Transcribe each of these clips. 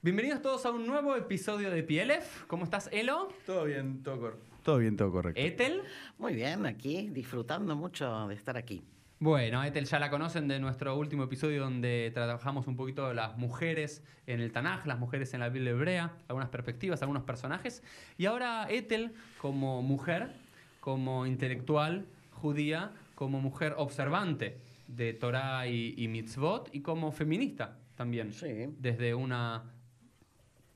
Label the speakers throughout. Speaker 1: Bienvenidos todos a un nuevo episodio de PLF. ¿Cómo estás, Elo?
Speaker 2: Todo bien, todo correcto.
Speaker 3: Todo bien, todo
Speaker 4: Eh,
Speaker 3: correcto.
Speaker 1: ¿Ethel?
Speaker 4: Muy bien, aquí, disfrutando mucho de estar aquí.
Speaker 1: Bueno, Ethel ya la conocen de nuestro último episodio donde trabajamos un poquito de las mujeres en el Tanaj, las mujeres en la Biblia hebrea, algunas perspectivas, algunos personajes. Y ahora Ethel, como mujer, como intelectual judía, como mujer observante de Torah y, y mitzvot y como feminista también.
Speaker 4: Sí.
Speaker 1: Desde una...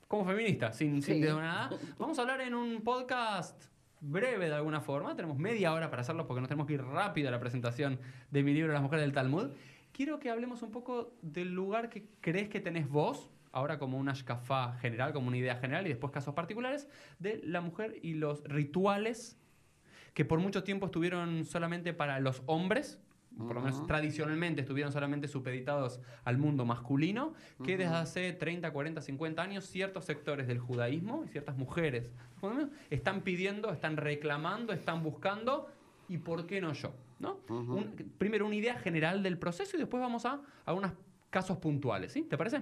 Speaker 1: Como feminista, sin, sin
Speaker 4: Sí.
Speaker 1: de- nada. Vamos a hablar en un podcast breve de alguna forma. Tenemos media hora para hacerlo porque nos tenemos que ir rápido a la presentación de mi libro Las Mujeres del Talmud. Quiero que hablemos un poco del lugar que crees que tenés vos, ahora como una escafá general, como una idea general y después casos particulares, de la mujer y los rituales que por mucho tiempo estuvieron solamente para los hombres, por lo menos
Speaker 4: Ujú.
Speaker 1: tradicionalmente estuvieron solamente supeditados al mundo masculino, que desde hace 30, 40, 50 años ciertos sectores del judaísmo y ciertas mujeres por lo menos, están pidiendo, están reclamando, están buscando, y por qué no yo, ¿no?
Speaker 4: Ujú.
Speaker 1: Un- primero una idea general del proceso y después vamos a, a unos casos puntuales, ¿sí? ¿Te parece?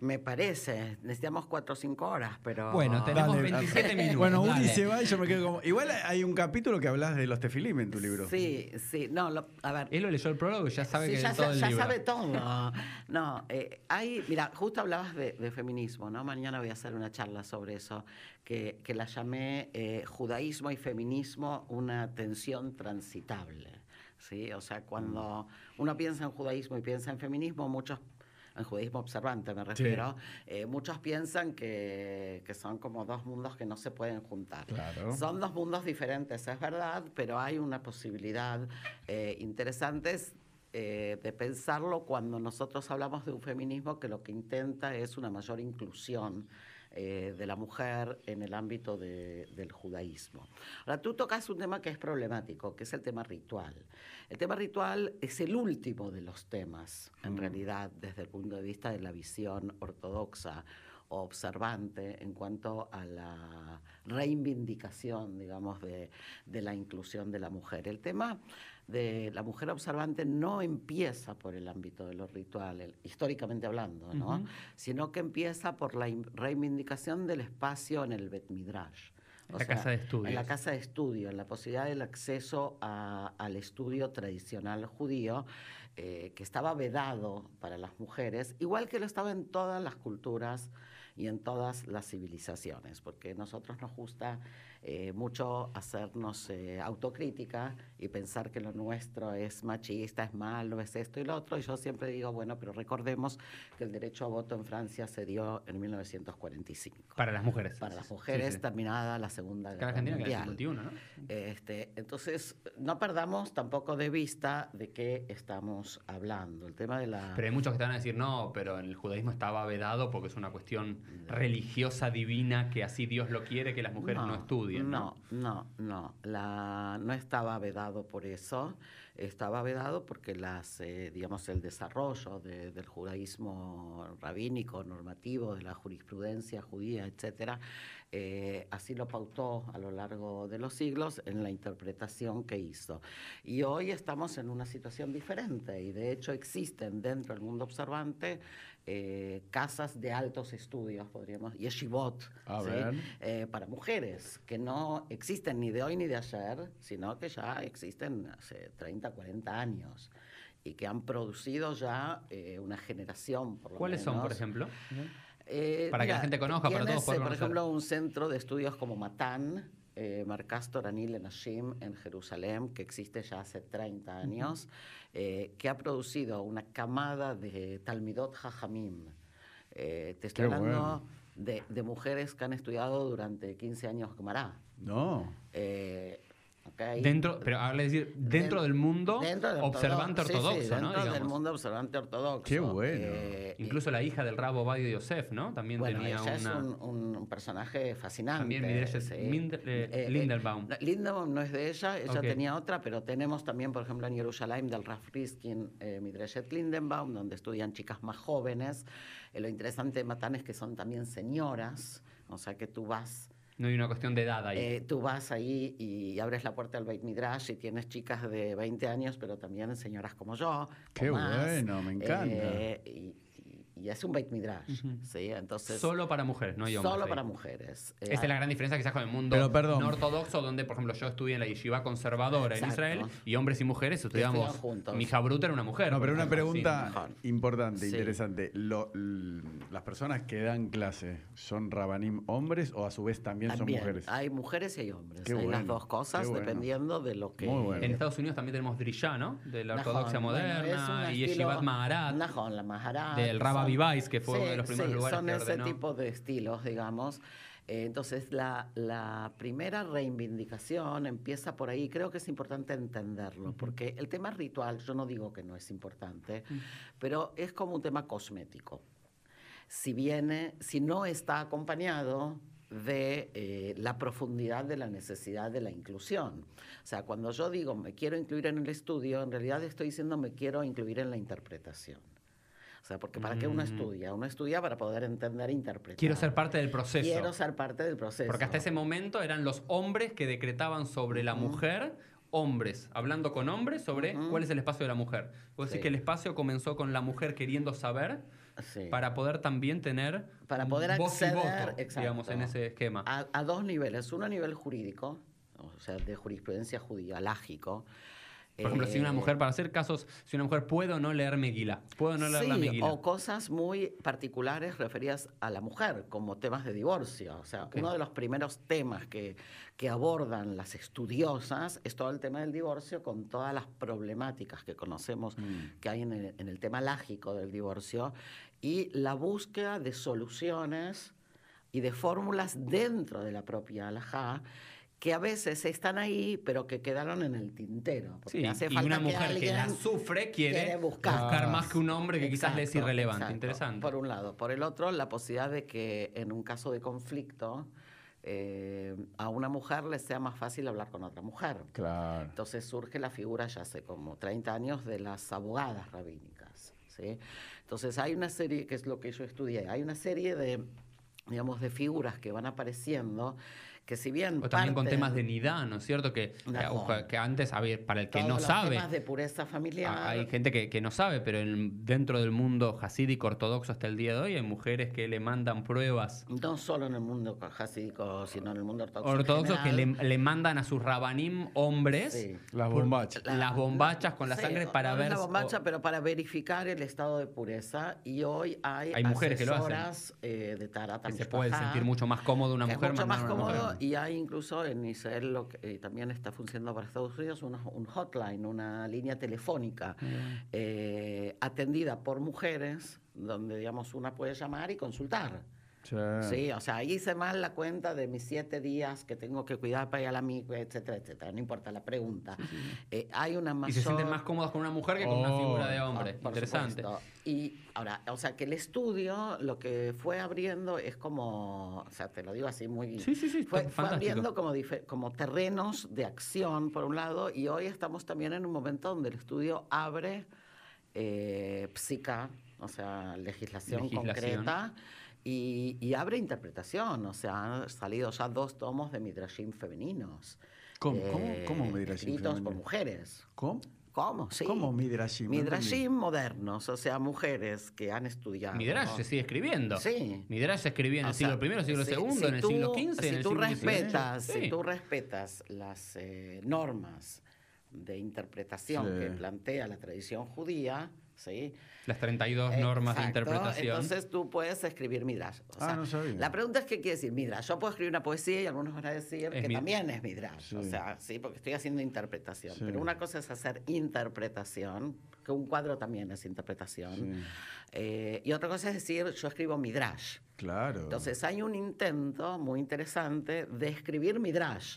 Speaker 4: Me parece, necesitamos cuatro o cinco horas, pero...
Speaker 1: Bueno, tenemos
Speaker 3: Dale.
Speaker 1: 27 minutos.
Speaker 3: Bueno, Uri
Speaker 1: dale.
Speaker 3: se va y yo me quedo como. Igual hay un capítulo que hablas de los tefilim en tu libro.
Speaker 4: Sí, sí, no, lo- a ver...
Speaker 1: Él lo leyó el prólogo y ya sabe
Speaker 4: Sí,
Speaker 1: que
Speaker 4: ya,
Speaker 1: todo
Speaker 4: sa-
Speaker 1: el
Speaker 4: ya
Speaker 1: libro.
Speaker 4: sabe todo. No, eh, hay, mira, justo hablabas de, de feminismo, ¿no? Mañana voy a hacer una charla sobre eso, que, que la llamé eh, judaísmo y feminismo una tensión transitable, ¿sí? O sea, cuando
Speaker 1: Mm.
Speaker 4: uno piensa en judaísmo y piensa en feminismo, muchos en judaísmo observante me refiero, eh, muchos piensan que, que son como dos mundos que no se pueden juntar.
Speaker 3: Claro.
Speaker 4: Son dos mundos diferentes, es verdad, pero hay una posibilidad eh, interesante es, eh, de pensarlo cuando nosotros hablamos de un feminismo que lo que intenta es una mayor inclusión eh, de la mujer en el ámbito de- del judaísmo. Ahora, tú tocas un tema que es problemático, que es el tema ritual. El tema ritual es el último de los temas, en realidad, desde el punto de vista de la visión ortodoxa o observante en cuanto a la reivindicación, digamos, de, de la inclusión de la mujer. El tema de la mujer observante no empieza por el ámbito de los rituales, históricamente hablando, ¿no?
Speaker 1: Ujú.
Speaker 4: Sino que empieza por la im- reivindicación del espacio en el Bet Midrash.
Speaker 1: En la casa de estudios.
Speaker 4: En la casa de estudio, en la posibilidad del acceso a- al estudio tradicional judío, eh, que estaba vedado para las mujeres, igual que lo estaba en todas las culturas y en todas las civilizaciones, porque a nosotros nos gusta eh, mucho hacernos eh, autocrítica y pensar que lo nuestro es machista, es malo, es esto y lo otro, y yo siempre digo, bueno, pero recordemos que el derecho a voto en Francia se dio en 1945
Speaker 1: Para las mujeres.
Speaker 4: para las mujeres
Speaker 1: Sí, sí.
Speaker 4: terminada la Segunda
Speaker 1: Acá en
Speaker 4: Guerra
Speaker 1: Argentina que era el
Speaker 4: Mundial.
Speaker 1: 51, ¿no?
Speaker 4: Este, entonces, no perdamos tampoco de vista de qué estamos hablando. El tema de la...
Speaker 1: Pero hay muchos que te van a decir, no, pero en el judaísmo estaba vedado porque es una cuestión religiosa divina que así Dios lo quiere que las mujeres no, estudien. No.
Speaker 4: No, no, no. La, no estaba vedado por eso. Estaba vedado porque las, eh, digamos, el desarrollo de- del judaísmo rabínico, normativo, de la jurisprudencia judía, etcétera, eh, así lo pautó a lo largo de los siglos en la interpretación que hizo. Y hoy estamos en una situación diferente y de hecho existen dentro del mundo observante eh, casas de altos estudios, podríamos, yeshivot,
Speaker 3: A
Speaker 4: ¿sí?
Speaker 3: ver.
Speaker 4: eh, para mujeres, que no existen ni de hoy ni de ayer, sino que ya existen hace 30, 40 años y que han producido ya eh, una generación, por lo
Speaker 1: ¿Cuáles son, por
Speaker 4: menos.
Speaker 1: ejemplo?
Speaker 4: Eh,
Speaker 1: Para que la gente conozca, para
Speaker 4: tienes,
Speaker 1: todos poder
Speaker 4: eh, Por
Speaker 1: conocer.
Speaker 4: ejemplo, un centro de estudios como Matán, eh, Marcás Toranil en Hashim, en Jerusalén, que existe ya hace 30 años, eh, que ha producido una camada de Talmidot Jajamim. Eh, te estoy
Speaker 3: Qué
Speaker 4: hablando
Speaker 3: bueno.
Speaker 4: de, de mujeres que han estudiado durante 15 años Gemara.
Speaker 3: No.
Speaker 4: Eh, ok.
Speaker 1: Dentro, pero ahora es decir, dentro
Speaker 4: Den-
Speaker 1: del mundo
Speaker 4: Dentro del
Speaker 1: observante
Speaker 4: ortodoxo, sí, sí,
Speaker 1: ortodoxo, ¿no?
Speaker 4: dentro del
Speaker 1: Digamos.
Speaker 4: mundo observante ortodoxo.
Speaker 3: Qué bueno.
Speaker 4: Eh,
Speaker 1: Incluso la hija del rabo Badio Yosef, ¿no? También
Speaker 4: Bueno,
Speaker 1: tenía
Speaker 4: ella
Speaker 1: una.
Speaker 4: es un, un- un personaje fascinante.
Speaker 1: También Mireille Mind- eh, Lindelbaum.
Speaker 4: no, Lindelbaum no es de ella, ella
Speaker 1: Ok.
Speaker 4: tenía otra, pero tenemos también, por ejemplo, en Jerusalén del Raf Riskin, eh, Midreshet Lindenbaum, donde estudian chicas más jóvenes. Eh, lo interesante de Matán es que son también señoras, o sea que tú vas...
Speaker 1: No hay una cuestión de edad ahí.
Speaker 4: Eh, tú vas ahí y abres la puerta al Beit Midrash y tienes chicas de 20 años, pero también señoras como yo. o
Speaker 3: Qué
Speaker 4: más.
Speaker 3: bueno, me encanta.
Speaker 4: Eh, y, y- y es un Beit Midrash, ¿sí? Entonces,
Speaker 1: Solo para mujeres, no hay hombres.
Speaker 4: solo
Speaker 1: ahí.
Speaker 4: para mujeres.
Speaker 1: Esa
Speaker 4: Eh,
Speaker 1: es Este la gran diferencia quizás con el mundo
Speaker 3: Pero, perdón.
Speaker 1: no ortodoxo, donde, por ejemplo, yo estudié en la yeshiva conservadora en
Speaker 4: Exacto.
Speaker 1: Israel y hombres y mujeres estudiamos.
Speaker 4: Estudian juntos.
Speaker 1: Mi jabruta era una mujer.
Speaker 3: No, pero
Speaker 1: por
Speaker 3: una
Speaker 1: ejemplo,
Speaker 3: pregunta
Speaker 1: sí.
Speaker 4: mejor.
Speaker 3: importante,
Speaker 4: Sí.
Speaker 3: interesante. Lo- l- ¿Las personas que dan clase son rabanim hombres o a su vez también,
Speaker 4: también,
Speaker 3: son mujeres?
Speaker 4: Hay mujeres y hay hombres.
Speaker 3: Qué
Speaker 4: hay las
Speaker 3: bueno,
Speaker 4: dos cosas
Speaker 3: qué bueno.
Speaker 4: dependiendo de lo que.
Speaker 3: Muy bueno.
Speaker 1: En Estados Unidos también tenemos drillá, ¿no? De la
Speaker 4: Nahon,
Speaker 1: ortodoxia
Speaker 4: bueno,
Speaker 1: moderna
Speaker 4: es un
Speaker 1: y
Speaker 4: estilo-
Speaker 1: Yeshivat Maharat.
Speaker 4: Nahon, la Maharat.
Speaker 1: del Rabba
Speaker 4: son-
Speaker 1: Vivais, que fue uno de los primeros lugares
Speaker 4: Son
Speaker 1: que
Speaker 4: ese
Speaker 1: ordenó.
Speaker 4: tipo de estilos, digamos. Eh, Entonces, la, la primera reivindicación empieza por ahí. Creo que es importante entenderlo, porque el tema ritual, yo no digo que no es importante, pero es como un tema cosmético. Si viene, si no está acompañado de eh, la profundidad de la necesidad de la inclusión. O sea, cuando yo digo me quiero incluir en el estudio, en realidad estoy diciendo me quiero incluir en la interpretación. O sea, porque ¿para qué uno estudia? Uno estudia para poder entender e interpretar.
Speaker 1: Mm. Quiero ser parte del proceso.
Speaker 4: Quiero ser parte del proceso.
Speaker 1: Porque hasta ese momento eran los hombres que decretaban sobre la mujer, hombres, hablando con hombres sobre cuál es el espacio de la mujer. Vos decís
Speaker 4: Sí.
Speaker 1: que el espacio comenzó con la mujer queriendo saber
Speaker 4: Sí.
Speaker 1: para poder también tener
Speaker 4: Para poder
Speaker 1: voz y voto,
Speaker 4: acceder, exacto. Ah,
Speaker 1: digamos, en ese esquema.
Speaker 4: A, a dos niveles. Uno a nivel jurídico, o sea, de jurisprudencia judía, lágico.
Speaker 1: Por ejemplo, si una
Speaker 4: Eh,
Speaker 1: mujer, para hacer casos, si una mujer puede o no leer Meguila, puedo no leer la
Speaker 4: sí,
Speaker 1: Meguila.
Speaker 4: o cosas muy particulares referidas a la mujer, como temas de divorcio. O sea,
Speaker 1: Ok.
Speaker 4: uno de los primeros temas que, que abordan las estudiosas es todo el tema del divorcio con todas las problemáticas que conocemos
Speaker 1: Mm.
Speaker 4: que hay en el, en el tema lágico del divorcio y la búsqueda de soluciones y de fórmulas dentro de la propia alajá que a veces están ahí, pero que quedaron en el tintero. porque
Speaker 1: Sí,
Speaker 4: hace
Speaker 1: y
Speaker 4: falta
Speaker 1: una mujer que,
Speaker 4: alguien-
Speaker 1: la sufre quiere,
Speaker 4: quiere
Speaker 1: buscar.
Speaker 4: buscar.
Speaker 1: más que un hombre que quizás le es
Speaker 4: Exacto,
Speaker 1: irrelevante.
Speaker 4: exacto.
Speaker 1: Interesante.
Speaker 4: Por un lado. Por el otro, la posibilidad de que en un caso de conflicto eh, a una mujer le sea más fácil hablar con otra mujer.
Speaker 3: Claro.
Speaker 4: Entonces surge la figura ya hace como 30 años de las abogadas rabínicas. ¿sí? Entonces hay una serie, que es lo que yo estudié, hay una serie de, digamos, de figuras que van apareciendo que si bien...
Speaker 1: O también con
Speaker 4: parten-
Speaker 1: temas de nidad, ¿no es cierto? Que,
Speaker 4: Una
Speaker 1: que-
Speaker 4: forma.
Speaker 1: que antes, a ver, para el que
Speaker 4: todos
Speaker 1: no
Speaker 4: los
Speaker 1: sabe,
Speaker 4: temas de pureza familiar.
Speaker 1: Ah, Hay gente que, que no sabe, pero en- dentro del mundo hasídico ortodoxo hasta el día de hoy hay mujeres que le mandan pruebas
Speaker 4: No solo en el mundo jasídico, sino en el mundo ortodoxo. en
Speaker 1: ortodoxos que le,
Speaker 4: general.
Speaker 1: le mandan a sus rabanim hombres
Speaker 4: Sí.
Speaker 3: Las
Speaker 1: por-
Speaker 3: bombachas.
Speaker 1: las bombachas con la
Speaker 4: Sí,
Speaker 1: sangre
Speaker 4: no
Speaker 1: para
Speaker 4: es
Speaker 1: ver
Speaker 4: La
Speaker 1: si-
Speaker 4: bombacha,
Speaker 1: o-
Speaker 4: pero para verificar el estado de pureza. Y hoy hay,
Speaker 1: Hay mujeres que lo hacen.
Speaker 4: asesoras, eh, de tarata
Speaker 1: que se puede sentir mucho más cómodo una mujer
Speaker 4: mucho más
Speaker 1: mandando a una mujer.
Speaker 4: cómodo y hay incluso en Israel lo que eh, también está funcionando para Estados Unidos una- un hotline, una línea telefónica
Speaker 1: Ah,
Speaker 4: eh, atendida por mujeres donde digamos una puede llamar y consultar.
Speaker 1: Ah.
Speaker 4: Sí, o sea, hice mal la cuenta de mis siete días que tengo que cuidar para ir a la micro, etcétera, etcétera. No importa la pregunta. Eh, hay una mayor...
Speaker 1: Y se sienten más cómodos con una mujer que con una
Speaker 3: Oh.
Speaker 1: figura de
Speaker 4: Ah,
Speaker 1: hombre.
Speaker 4: por
Speaker 1: Interesante.
Speaker 4: supuesto. Y ahora, o sea, que el estudio lo que fue abriendo es como, o sea, te lo digo así muy...
Speaker 1: Sí, sí, sí,
Speaker 4: Fue,
Speaker 1: está
Speaker 4: fue
Speaker 1: fantástico.
Speaker 4: abriendo como, dife- como terrenos de acción, por un lado, y hoy estamos también en un momento donde el estudio abre eh, psica, o sea, legislación,
Speaker 1: Legislación.
Speaker 4: concreta, y, y abre interpretación, o sea, han salido ya dos tomos de midrashim femeninos.
Speaker 3: ¿Cómo? ¿Cómo? ¿Cómo midrashim
Speaker 4: Eh, Escritos por
Speaker 3: femenino?
Speaker 4: mujeres.
Speaker 3: ¿Cómo?
Speaker 4: ¿Cómo? Sí.
Speaker 3: ¿Cómo midrashim? No
Speaker 4: Midrashim
Speaker 3: entendí.
Speaker 4: modernos, o sea, mujeres que han estudiado.
Speaker 1: Midrash
Speaker 4: ¿no?
Speaker 1: se sigue escribiendo.
Speaker 4: Sí.
Speaker 1: Midrash se escribía en
Speaker 4: O
Speaker 1: el siglo
Speaker 4: sea,
Speaker 1: I, siglo
Speaker 4: si-
Speaker 1: II,
Speaker 4: si
Speaker 1: en el
Speaker 4: tú-
Speaker 1: siglo XV,
Speaker 4: Si
Speaker 1: en el
Speaker 4: tú
Speaker 1: siglo XIX.
Speaker 4: respetas,
Speaker 1: Sí.
Speaker 4: si tú respetas las eh, normas de interpretación
Speaker 3: Sí.
Speaker 4: que plantea la tradición judía, ¿sí?
Speaker 1: Las 32 normas de
Speaker 4: Exacto,
Speaker 1: interpretación.
Speaker 4: Entonces tú puedes escribir midrash. O
Speaker 3: Ah,
Speaker 4: sea,
Speaker 3: no sabía.
Speaker 4: La pregunta es qué quiere decir midrash. Yo puedo escribir una poesía y algunos van a decir
Speaker 1: Es
Speaker 4: que
Speaker 1: mid-
Speaker 4: también es midrash. O
Speaker 3: Sí.
Speaker 4: sea, sí, porque estoy haciendo interpretación.
Speaker 3: Sí.
Speaker 4: Pero una cosa es hacer interpretación, que un cuadro también es interpretación.
Speaker 3: Sí.
Speaker 4: Eh, y otra cosa es decir, yo escribo midrash.
Speaker 3: Claro.
Speaker 4: Entonces hay un intento muy interesante de escribir midrash.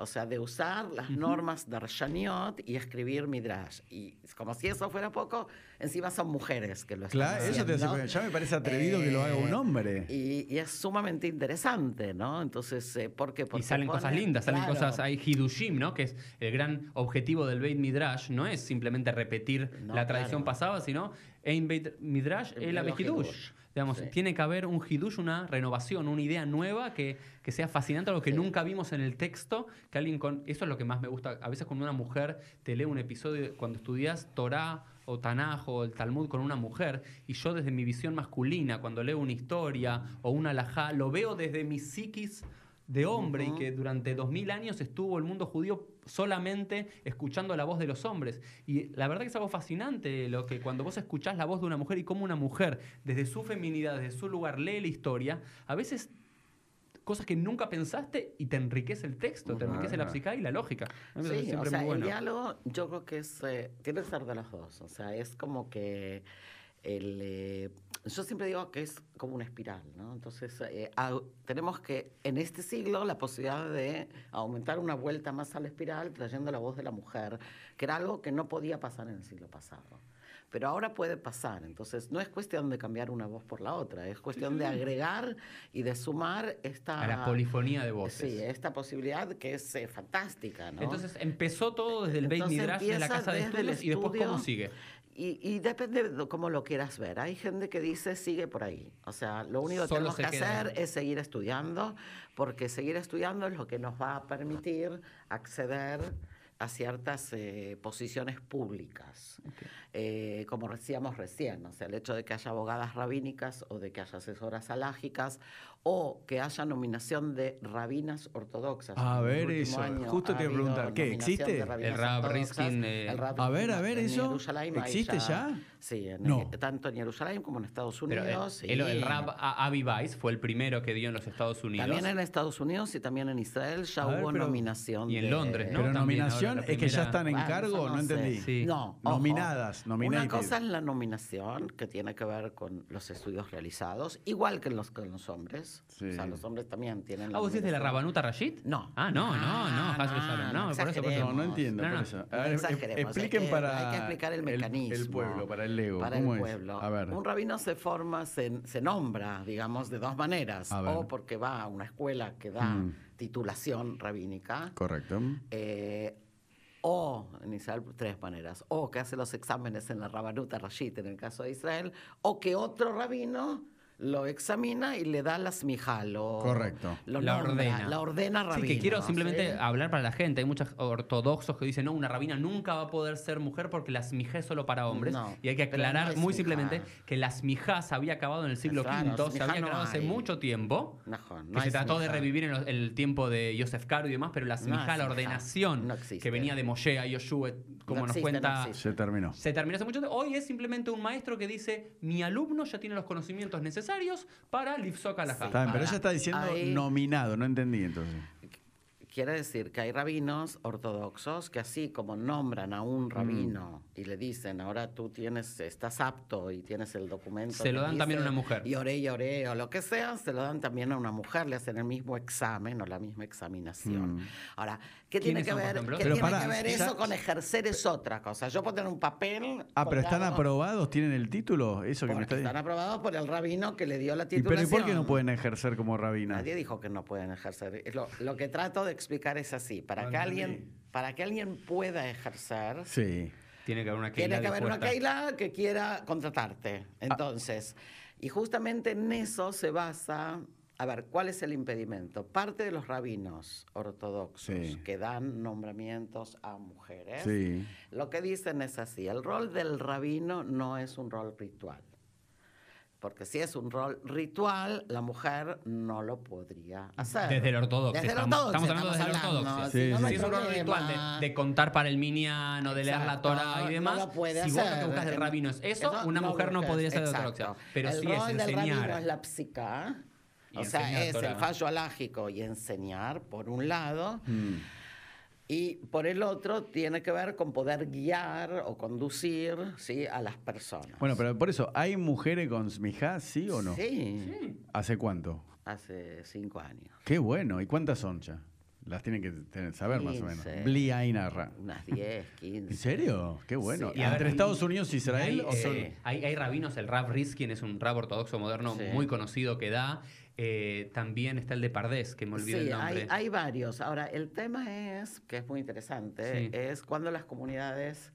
Speaker 4: O sea, de usar las normas de Rashaniot y escribir midrash. Y como si eso fuera poco, encima son mujeres que lo están
Speaker 3: Claro, eso te
Speaker 4: haciendo. Eh,
Speaker 3: hace- ya me parece atrevido que lo haga un hombre.
Speaker 4: Y, y es sumamente interesante, ¿no? Entonces, eh, ¿por qué?
Speaker 1: Y
Speaker 4: Porque
Speaker 1: salen cosas
Speaker 4: ponen-
Speaker 1: lindas, salen
Speaker 4: claro,
Speaker 1: cosas, hay hidushim, ¿no? Que es el gran objetivo del Beit Midrash, no es simplemente repetir
Speaker 4: No,
Speaker 1: la tradición
Speaker 4: claro.
Speaker 1: pasada, sino Ein Beit Midrash
Speaker 4: El
Speaker 1: el Ave
Speaker 4: Midrash
Speaker 1: Hidush.
Speaker 4: Hidush.
Speaker 1: Digamos,
Speaker 4: Sí.
Speaker 1: tiene que haber un Hidush, una renovación, una idea nueva que, que sea fascinante, algo que
Speaker 4: Sí.
Speaker 1: nunca vimos en el texto. Que alguien con. Eso es lo que más me gusta. A veces con una mujer te lee un episodio cuando estudias Torah o Tanaj o el Talmud con una mujer y yo desde mi visión masculina, cuando leo una historia o una alajá, lo veo desde mi psiquis de hombre y
Speaker 4: Ujú.
Speaker 1: que durante 2000 años estuvo el mundo judío solamente escuchando la voz de los hombres. Y la verdad que es algo fascinante lo que cuando vos escuchás la voz de una mujer y cómo una mujer, desde su feminidad, desde su lugar, lee la historia, a veces cosas que nunca pensaste y te enriquece el texto, te
Speaker 4: Ujú. Ah.
Speaker 1: enriquece la psica y la lógica. A mí me parece
Speaker 4: Sí, o
Speaker 1: siempre
Speaker 4: sea,
Speaker 1: muy bueno.
Speaker 4: el diálogo yo creo que es, eh, tiene que ser de los dos. O sea, es como que el, eh, yo siempre digo que es como una espiral, ¿no? Entonces, eh, au- tenemos que, en este siglo, la posibilidad de aumentar una vuelta más a la espiral trayendo la voz de la mujer, que era algo que no podía pasar en el siglo pasado. Pero ahora puede pasar, entonces no es cuestión de cambiar una voz por la otra, es cuestión de agregar y de sumar esta...
Speaker 1: A la polifonía de voces.
Speaker 4: Sí, esta posibilidad que es eh, fantástica, ¿no?
Speaker 1: Entonces empezó todo desde el Beit
Speaker 4: Entonces,
Speaker 1: Midrash de la
Speaker 4: empieza
Speaker 1: casa de
Speaker 4: desde el
Speaker 1: estudios y después cómo
Speaker 4: estudio.
Speaker 1: sigue.
Speaker 4: Y, y depende de cómo lo quieras ver. Hay gente que dice sigue por ahí. O sea, lo único que
Speaker 1: Solo
Speaker 4: tenemos
Speaker 1: se
Speaker 4: que
Speaker 1: queda
Speaker 4: hacer
Speaker 1: ahí.
Speaker 4: es seguir estudiando, porque seguir estudiando es lo que nos va a permitir acceder a ciertas eh, posiciones públicas. Eh, como decíamos recién, o sea, el hecho de que haya abogadas rabínicas o de que haya asesoras alágicas o que haya nominación de rabinas ortodoxas.
Speaker 2: A
Speaker 4: En el
Speaker 2: ver
Speaker 4: último
Speaker 2: eso.
Speaker 4: año
Speaker 2: Justo
Speaker 4: ha
Speaker 2: te iba a
Speaker 4: habido
Speaker 2: preguntar, ¿qué,
Speaker 4: nominación de
Speaker 2: existe?
Speaker 4: rabinas
Speaker 1: El Rab
Speaker 4: ortodoxas,
Speaker 1: Riskin, eh,
Speaker 4: el Rab
Speaker 2: a ver,
Speaker 4: Riskin
Speaker 2: a ver,
Speaker 4: en
Speaker 2: eso
Speaker 4: Jerusalén hay
Speaker 2: ¿existe ya?
Speaker 4: Sí, en-
Speaker 2: No.
Speaker 4: tanto en Jerusalén como en Estados
Speaker 1: Pero eh,
Speaker 4: Unidos.
Speaker 1: el,
Speaker 4: sí.
Speaker 1: el rap a- Avi Weiss fue el primero que dio en los Estados Unidos.
Speaker 4: También en Estados Unidos y también en Israel ya
Speaker 2: A ver,
Speaker 4: hubo
Speaker 2: pero-
Speaker 4: nominación.
Speaker 1: Y en
Speaker 4: de-
Speaker 1: Londres, ¿no?
Speaker 2: Pero
Speaker 1: También ahora
Speaker 2: nominación
Speaker 1: la
Speaker 2: es que ya
Speaker 1: primera-
Speaker 2: están en
Speaker 4: Bueno,
Speaker 2: cargo, no,
Speaker 4: eso no sé.
Speaker 2: entendí.
Speaker 1: Sí.
Speaker 4: No, ojo.
Speaker 2: Nominadas, nominated.
Speaker 4: Una cosa es la nominación, que tiene que ver con los estudios realizados, igual que en los, con los hombres.
Speaker 3: Sí.
Speaker 4: O sea, los hombres también tienen. la
Speaker 1: Ah, ¿vos decís de la
Speaker 4: nominación.
Speaker 1: Rabanuta Rashid?
Speaker 4: No.
Speaker 1: Ah, no, no, no,
Speaker 4: Ah,
Speaker 1: Hasbro
Speaker 4: no,
Speaker 1: Shalom, no,
Speaker 4: no
Speaker 1: por eso, por eso.
Speaker 3: No, no
Speaker 4: Tenemos.
Speaker 3: entiendo
Speaker 1: No,
Speaker 3: por
Speaker 1: no.
Speaker 3: eso.
Speaker 4: No
Speaker 3: A ver,
Speaker 4: exageremos,
Speaker 3: e-
Speaker 4: hay
Speaker 3: expliquen
Speaker 4: que-
Speaker 3: para.
Speaker 4: hay que explicar el mecanismo.
Speaker 3: El pueblo, para el ego.
Speaker 4: Para
Speaker 3: ¿Cómo
Speaker 4: el
Speaker 3: es?
Speaker 4: pueblo.
Speaker 3: A ver.
Speaker 4: Un rabino se forma, se, se nombra, digamos, de dos maneras.
Speaker 3: A ver.
Speaker 4: O porque va a una escuela que da
Speaker 3: Mm.
Speaker 4: titulación rabínica.
Speaker 3: Correcto.
Speaker 4: eh, o, en Israel, tres maneras. O que hace los exámenes en la Rabanuta Rashid, en el caso de Israel. O que otro rabino lo examina y le da las mijal. O
Speaker 3: Correcto.
Speaker 4: lo
Speaker 1: La
Speaker 4: nombra,
Speaker 1: ordena.
Speaker 4: La ordena ¿eh?
Speaker 1: Sí,
Speaker 4: rabino.
Speaker 1: que quiero
Speaker 4: ¿sí?
Speaker 1: simplemente hablar para la gente. Hay muchos ortodoxos que dicen, no, una rabina nunca va a poder ser mujer porque las mijá es solo para hombres.
Speaker 4: No,
Speaker 1: y hay que
Speaker 4: pero no
Speaker 1: aclarar
Speaker 4: es
Speaker 1: muy
Speaker 4: mijá.
Speaker 1: simplemente que las mijás había acabado en el siglo
Speaker 4: Claro,
Speaker 1: V, se
Speaker 4: mijá
Speaker 1: había
Speaker 4: no
Speaker 1: acabado hace
Speaker 4: hay.
Speaker 1: mucho tiempo.
Speaker 4: No,
Speaker 1: Que
Speaker 4: no
Speaker 1: se
Speaker 4: es
Speaker 1: trató de
Speaker 4: mijá.
Speaker 1: revivir en los- el tiempo de Joseph Caro y demás, pero las
Speaker 4: No
Speaker 1: mijá,
Speaker 4: es
Speaker 1: la
Speaker 4: mijá,
Speaker 1: ordenación
Speaker 4: no
Speaker 1: que
Speaker 4: existe.
Speaker 1: venía de Moshe a Yoshua, como
Speaker 4: No
Speaker 1: nos
Speaker 4: existe, no
Speaker 1: cuenta
Speaker 4: existe.
Speaker 3: Se terminó.
Speaker 1: Se terminó hace mucho tiempo. Hoy es simplemente un maestro que dice, mi alumno ya tiene los conocimientos necesarios para Lipsoca la
Speaker 3: Está bien, pero
Speaker 4: Ahora,
Speaker 3: ella está diciendo
Speaker 4: ahí-
Speaker 3: nominado, no entendí entonces.
Speaker 4: Quiere decir que hay rabinos ortodoxos que así como nombran a un rabino y le dicen, ahora tú tienes, estás apto y tienes el documento.
Speaker 1: Se lo
Speaker 4: que
Speaker 1: dan también a
Speaker 4: dice,
Speaker 1: una mujer.
Speaker 4: Y oré y oré o lo que sea, se lo dan también a una mujer, le hacen el mismo examen o la misma examinación. Ahora, ¿qué tiene
Speaker 1: ¿Quiénes
Speaker 4: que
Speaker 1: son, por
Speaker 4: ver,
Speaker 1: ejemplo?
Speaker 4: qué
Speaker 2: Pero
Speaker 4: tiene
Speaker 2: pará,
Speaker 4: que ver
Speaker 2: ya-
Speaker 4: eso con ejercer es otra cosa? Yo puedo tener un papel...
Speaker 2: Ah, pero están
Speaker 4: colgado,
Speaker 2: aprobados, tienen el título, eso que me está
Speaker 4: porque Están
Speaker 2: diciendo.
Speaker 4: aprobados por el rabino que le dio la
Speaker 3: ¿Y pero
Speaker 4: titulación.
Speaker 3: ¿y por qué no pueden ejercer como rabina?
Speaker 4: Nadie dijo que no pueden ejercer. Es Lo, lo que trato de explicar es así. Para
Speaker 2: No
Speaker 4: que
Speaker 2: entendí.
Speaker 4: alguien, para que alguien pueda ejercer,
Speaker 3: Sí.
Speaker 1: Tiene que haber una Keila
Speaker 4: tiene que haber una
Speaker 1: dispuesta.
Speaker 4: Keila que quiera contratarte. Entonces, y justamente en eso se basa. A ver, ¿cuál es el impedimento? Parte de los rabinos ortodoxos
Speaker 3: Sí.
Speaker 4: que dan nombramientos a mujeres,
Speaker 3: Sí.
Speaker 4: lo que dicen es así, el rol del rabino no es un rol ritual. Porque si es un rol ritual, la mujer no lo podría hacer.
Speaker 1: Desde el ortodoxo.
Speaker 4: Desde el
Speaker 1: estamos,
Speaker 4: ortodoxo,
Speaker 1: estamos hablando desde el ortodoxo.
Speaker 3: Sí,
Speaker 4: si no,
Speaker 3: sí.
Speaker 4: no hay
Speaker 1: Si es un rol
Speaker 4: problema.
Speaker 1: ritual de, de contar para el miniano, de leer la
Speaker 4: Exacto,
Speaker 1: Torah y demás.
Speaker 4: no lo puede
Speaker 1: si vos lo
Speaker 4: hacer.
Speaker 1: que buscas del rabino es eso, una mujer no
Speaker 4: buscas,
Speaker 1: podría ser de
Speaker 4: exacto.
Speaker 1: ortodoxia. Pero
Speaker 4: el
Speaker 1: sí
Speaker 4: rol
Speaker 1: es
Speaker 4: del rabino
Speaker 1: enseñar.
Speaker 4: es la psica.
Speaker 1: Y
Speaker 4: O sea,
Speaker 1: enseñar
Speaker 4: es
Speaker 1: Torah.
Speaker 4: el fallo alágico y enseñar, por un lado,
Speaker 3: Mm.
Speaker 4: y por el otro tiene que ver con poder guiar o conducir ¿sí? a las personas.
Speaker 3: Bueno, pero por eso, ¿hay mujeres con smijá, sí o no?
Speaker 4: Sí,
Speaker 3: ¿Hace cuánto?
Speaker 4: hace cinco años.
Speaker 3: Qué bueno. ¿Y cuántas son ya? Las tienen que tener- saber más o
Speaker 4: Quince.
Speaker 3: menos. Blia y narra.
Speaker 4: Unas 10,
Speaker 3: ¿En
Speaker 4: 15.
Speaker 3: serio? Qué bueno.
Speaker 4: Sí,
Speaker 1: a
Speaker 3: ¿Entre
Speaker 1: ver,
Speaker 3: Estados Unidos e Israel
Speaker 1: Hay,
Speaker 3: o son...?
Speaker 1: eh, hay, hay rabinos, el Rab Riskin es un rab ortodoxo moderno
Speaker 4: Sí.
Speaker 1: muy conocido que da. Eh, también está el de Pardés, que me olvido
Speaker 4: Sí,
Speaker 1: el nombre.
Speaker 4: hay, hay varios. Ahora, el tema es, que es muy interesante,
Speaker 1: Sí.
Speaker 4: es cuando las comunidades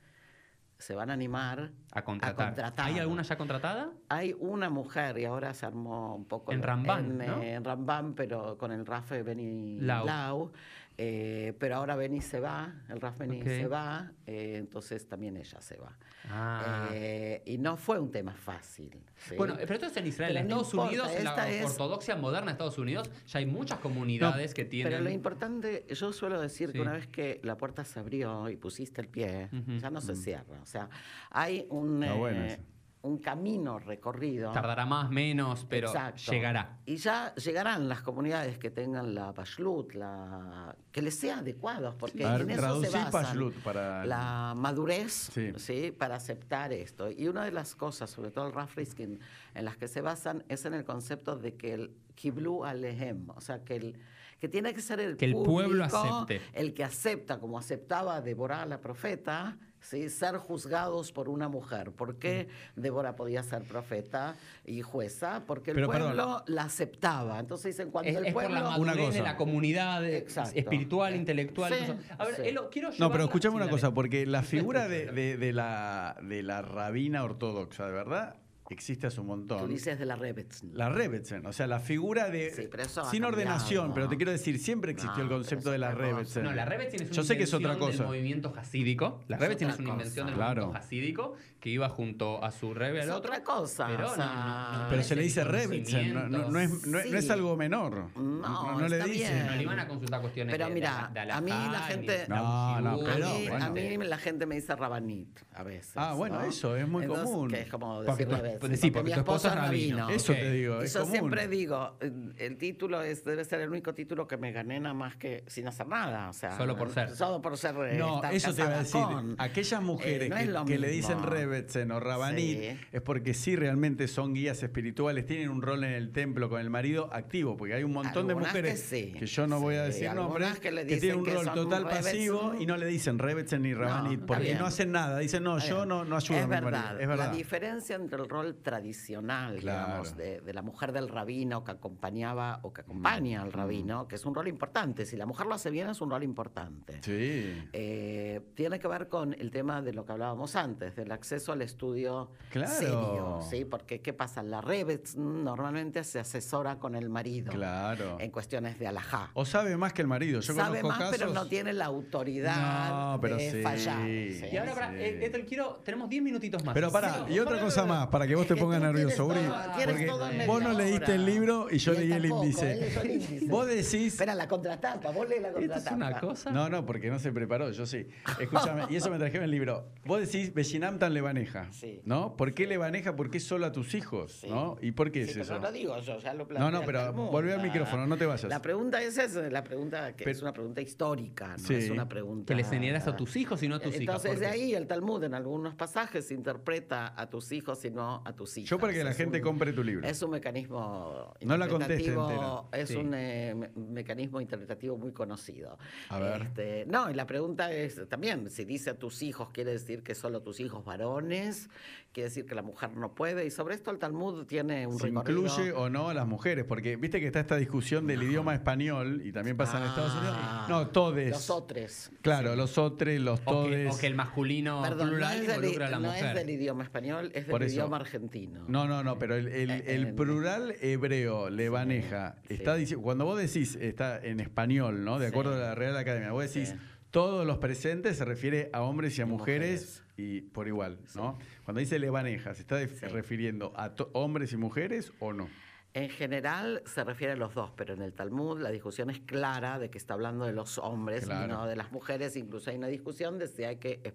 Speaker 4: se van a animar
Speaker 1: A contratar.
Speaker 4: a contratar.
Speaker 1: ¿Hay alguna ya contratada?
Speaker 4: Hay una mujer, y ahora se armó un poco...
Speaker 1: En
Speaker 4: lo-
Speaker 1: Rambán,
Speaker 4: En,
Speaker 1: ¿no?
Speaker 4: eh, en Rambán, pero con el Raf Beni
Speaker 1: Lau.
Speaker 4: Lau. eh, pero ahora Beni se va, el Raf Beni
Speaker 1: Ok.
Speaker 4: se va, eh, entonces también ella se va.
Speaker 1: Ah.
Speaker 4: Eh, y no fue un tema fácil. ¿sí?
Speaker 1: Bueno, pero esto es en Israel,
Speaker 4: Pero
Speaker 1: en
Speaker 4: no
Speaker 1: Estados
Speaker 4: importa,
Speaker 1: Unidos, en la
Speaker 4: esta es-
Speaker 1: ortodoxia moderna de Estados Unidos, ya hay muchas comunidades que tienen.
Speaker 4: Pero lo importante, yo suelo decir
Speaker 1: Sí.
Speaker 4: que una vez que la puerta se abrió y pusiste el pie,
Speaker 1: Ujú.
Speaker 4: ya no se cierra. O sea, hay un,
Speaker 3: Está bueno
Speaker 4: eh,
Speaker 3: eso.
Speaker 4: un camino recorrido.
Speaker 1: Tardará más, menos, pero
Speaker 4: Exacto.
Speaker 1: llegará.
Speaker 4: Y ya llegarán las comunidades que tengan la pashlut, la que les sea adecuados, porque
Speaker 3: A ver,
Speaker 4: en eso se
Speaker 3: traducí
Speaker 4: basan
Speaker 3: pashlut para-
Speaker 4: la madurez
Speaker 3: Sí.
Speaker 4: ¿sí? para aceptar esto. Y una de las cosas, sobre todo el Raf Riskin, en las que se basan es en el concepto de que el kiblu alejem, o sea, que el que tiene que ser el
Speaker 1: Que el pueblo
Speaker 4: público,
Speaker 1: acepte.
Speaker 4: el que acepta, como aceptaba Deborah la profeta, ¿sí? ser juzgados por una mujer. ¿Por qué Débora podía ser profeta y jueza? Porque el
Speaker 3: Pero,
Speaker 4: pueblo
Speaker 3: perdón,
Speaker 4: la aceptaba. Entonces dicen, cuando
Speaker 1: Es,
Speaker 4: el
Speaker 1: es por
Speaker 4: pueblo...
Speaker 1: la
Speaker 3: Una
Speaker 1: madurez de
Speaker 3: cosa.
Speaker 1: la comunidad eh,
Speaker 4: Exacto.
Speaker 1: espiritual,
Speaker 4: Eh,
Speaker 1: intelectual.
Speaker 4: sí,
Speaker 1: todo eso. a ver,
Speaker 4: sí.
Speaker 1: Elo, quiero
Speaker 3: No,
Speaker 1: llevarla-
Speaker 3: pero escuchame
Speaker 1: Sí,
Speaker 3: una
Speaker 1: dale.
Speaker 3: cosa, porque la figura de,
Speaker 1: escucho.
Speaker 3: de- de la, de la rabina ortodoxa, de verdad, existe hace un
Speaker 4: Tú
Speaker 3: montón.
Speaker 4: dices de la Rebetzin.
Speaker 3: La Rebetzen, o sea, la figura de...
Speaker 4: Sí, pero eso ha
Speaker 3: sin
Speaker 4: cambiado.
Speaker 3: ordenación, pero te quiero decir, siempre existió
Speaker 4: No,
Speaker 3: el
Speaker 4: pero
Speaker 3: concepto
Speaker 4: es
Speaker 3: de la
Speaker 4: otra cosa.
Speaker 3: Rebetzen.
Speaker 1: No, la Rebetzin es una
Speaker 3: pues, eh, Yo sé que es otra
Speaker 1: invención
Speaker 3: cosa.
Speaker 1: del movimiento hasídico. La
Speaker 4: Es
Speaker 1: Rebetzin
Speaker 4: otra
Speaker 1: es una invención del
Speaker 4: cosa.
Speaker 1: movimiento
Speaker 3: Claro.
Speaker 1: hasídico que iba junto a su rebe al
Speaker 4: Es
Speaker 1: otro.
Speaker 4: otra cosa,
Speaker 1: Pero,
Speaker 4: o
Speaker 1: no,
Speaker 4: sea,
Speaker 1: no, no,
Speaker 3: Pero
Speaker 1: es
Speaker 3: se le
Speaker 1: el
Speaker 3: dice Rebetzen, no, no- no es, no es- no es
Speaker 4: Ah, Sí.
Speaker 3: algo menor. No, no le
Speaker 4: está
Speaker 3: dicen.
Speaker 4: bien.
Speaker 1: No le van a consultar cuestiones
Speaker 4: Pero
Speaker 1: de-
Speaker 4: mira,
Speaker 1: de, de alajá,
Speaker 4: a mí la
Speaker 1: ni
Speaker 4: gente-
Speaker 1: de
Speaker 3: No, no,
Speaker 1: tabú,
Speaker 3: pero
Speaker 4: a, mí,
Speaker 3: bueno.
Speaker 4: a mí la gente me dice rabanit a veces.
Speaker 3: Ah, bueno,
Speaker 4: ¿no?
Speaker 3: eso es muy
Speaker 4: Entonces,
Speaker 3: común.
Speaker 4: Que es como decir
Speaker 1: Porque tu- pues,
Speaker 4: Rebetzin,
Speaker 1: sí, porque
Speaker 4: mi
Speaker 1: tu esposo es rabino.
Speaker 3: Eso
Speaker 1: Ok.
Speaker 3: te digo,
Speaker 4: Y
Speaker 3: es
Speaker 4: yo
Speaker 3: común.
Speaker 4: siempre digo, el el título es, debe ser el único título que me gané nada más que sin hacer nada. O sea,
Speaker 1: Solo por ser.
Speaker 4: Solo por ser. eh,
Speaker 3: No,
Speaker 4: estar
Speaker 3: eso te iba a
Speaker 4: casada
Speaker 3: decir.
Speaker 4: con.
Speaker 3: Aquellas mujeres
Speaker 4: Eh, no es
Speaker 3: que,
Speaker 4: lo
Speaker 3: que le
Speaker 4: mismo.
Speaker 3: dicen Rebetzen o Rabanit
Speaker 4: Sí.
Speaker 3: es porque sí realmente son guías espirituales, tienen un rol en el templo con el marido activo, porque hay un montón de
Speaker 4: Algunas
Speaker 3: mujeres
Speaker 4: que sí.
Speaker 3: yo no voy a
Speaker 4: Sí,
Speaker 3: decir
Speaker 4: algunas
Speaker 3: nombres
Speaker 4: que
Speaker 3: que,
Speaker 4: le dicen
Speaker 3: tienen un
Speaker 4: que
Speaker 3: rol
Speaker 4: son
Speaker 3: total
Speaker 4: Rebetzen.
Speaker 3: pasivo y no le dicen Rebetzen ni Rabanit
Speaker 4: está
Speaker 3: porque
Speaker 4: bien.
Speaker 3: no hacen nada. Dicen, no,
Speaker 4: Está
Speaker 3: yo
Speaker 4: bien.
Speaker 3: no, no ayudo
Speaker 4: es
Speaker 3: a mi marido".
Speaker 4: verdad.
Speaker 3: Es verdad.
Speaker 4: La diferencia entre el rol tradicional,
Speaker 3: Claro.
Speaker 4: digamos, de, de la mujer del rabino que acompañaba o que acompaña
Speaker 1: Mm,
Speaker 4: al rabino, que es un rol importante. Si la mujer lo hace bien, es un rol importante.
Speaker 3: Sí.
Speaker 4: Eh, tiene que ver con el tema de lo que hablábamos antes, del acceso al estudio
Speaker 3: Claro.
Speaker 4: serio, ¿sí? Porque, ¿qué pasa? La Rebets normalmente se asesora con el marido
Speaker 3: Claro.
Speaker 4: en cuestiones de alajá.
Speaker 3: O sabe más que el marido. Yo
Speaker 4: Sabe
Speaker 3: conozco
Speaker 4: más,
Speaker 3: casos.
Speaker 4: pero no tiene la autoridad
Speaker 3: No, pero
Speaker 4: de
Speaker 3: sí.
Speaker 4: fallar.
Speaker 1: Y ahora,
Speaker 3: Sí.
Speaker 1: pará, eh, Ethel, quiero, tenemos 10 minutitos más.
Speaker 3: Pero pará,
Speaker 1: Sí,
Speaker 3: y otra
Speaker 1: pará,
Speaker 3: cosa
Speaker 1: pará,
Speaker 3: más, para que vos te
Speaker 4: Es que
Speaker 3: pongas
Speaker 4: tú
Speaker 3: nervioso, Uri.
Speaker 4: quieres todo- quieres
Speaker 3: Porque
Speaker 4: todo en media
Speaker 3: vos no leíste
Speaker 4: hora.
Speaker 3: el libro y yo
Speaker 4: Y él
Speaker 3: leí el
Speaker 4: tampoco, él
Speaker 3: índice.
Speaker 4: leyó el índice.
Speaker 3: Vos decís.
Speaker 4: Espera, la contratapa, vos lees la
Speaker 1: Esto
Speaker 4: contratapa.
Speaker 1: es una cosa.
Speaker 3: No, no, porque no se preparó, yo sí. Escúchame, y eso me trajeron el libro. Vos decís Bellinam tan levaneja,
Speaker 4: Sí.
Speaker 3: ¿no? ¿Por qué levaneja? ¿Por qué solo a tus hijos,
Speaker 4: Sí.
Speaker 3: no? ¿Y por qué
Speaker 4: Sí,
Speaker 3: es
Speaker 4: pero
Speaker 3: eso?
Speaker 4: no lo digo yo, ya
Speaker 3: No,
Speaker 4: lo
Speaker 3: no,
Speaker 4: plantea
Speaker 3: pero
Speaker 4: Talmud.
Speaker 3: volví al
Speaker 4: La-
Speaker 3: micrófono, no te vayas.
Speaker 4: La pregunta es esa, la pregunta que
Speaker 3: Pero-
Speaker 4: es una pregunta histórica, no
Speaker 3: Sí.
Speaker 4: es una pregunta...
Speaker 1: Que les señalas a tus hijos y no a tus hijas.
Speaker 4: Entonces
Speaker 1: porque-
Speaker 4: de ahí el Talmud en algunos pasajes interpreta a tus hijos y no a tus hijos.
Speaker 3: Yo para que la
Speaker 4: Es
Speaker 3: gente
Speaker 4: un-
Speaker 3: compre tu libro.
Speaker 4: Es un mecanismo
Speaker 3: No la conteste
Speaker 4: interpretativo,
Speaker 3: entera.
Speaker 4: Es
Speaker 1: Sí.
Speaker 4: un eh, me- mecanismo interpretativo muy conocido.
Speaker 3: A ver.
Speaker 4: Este, no, y la pregunta es también, si dice a tus hijos, quiere decir que solo tus hijos varones, quiere decir que la mujer no puede, y sobre esto el Talmud tiene un
Speaker 3: Si
Speaker 4: recorrido.
Speaker 3: incluye o no a las mujeres, porque viste que está esta discusión del idioma español y también pasa en Estados Unidos.
Speaker 4: Ah,
Speaker 3: No, todes.
Speaker 4: Los otros.
Speaker 3: Claro, los otres, los
Speaker 1: o, que,
Speaker 3: todes.
Speaker 1: o que el masculino
Speaker 4: Perdón,
Speaker 1: plural
Speaker 4: no, es del,
Speaker 1: involucra a la
Speaker 4: no es
Speaker 1: mujer.
Speaker 4: del idioma español, es del
Speaker 3: Por eso.
Speaker 4: idioma argentino.
Speaker 3: No, no, no, pero el, el-
Speaker 4: Eh,
Speaker 3: el
Speaker 4: en-
Speaker 3: plural hebreo, levaneja,
Speaker 4: sí.
Speaker 3: está dici- cuando vos decís, está en español, ¿no? De
Speaker 4: Sí.
Speaker 3: acuerdo a la Real Academia, vos decís,
Speaker 4: Sí.
Speaker 3: todos los presentes se refiere a hombres y a
Speaker 4: Y
Speaker 3: mujeres, y por igual, ¿no? Cuando dice levaneja, ¿se está de-
Speaker 4: Sí.
Speaker 3: refiriendo a to- hombres y mujeres o no?
Speaker 4: En general se refiere a los dos, pero en el Talmud la discusión es clara de que está hablando de los hombres y
Speaker 3: Claro.
Speaker 4: no de las mujeres. Incluso hay una discusión de si hay que eh,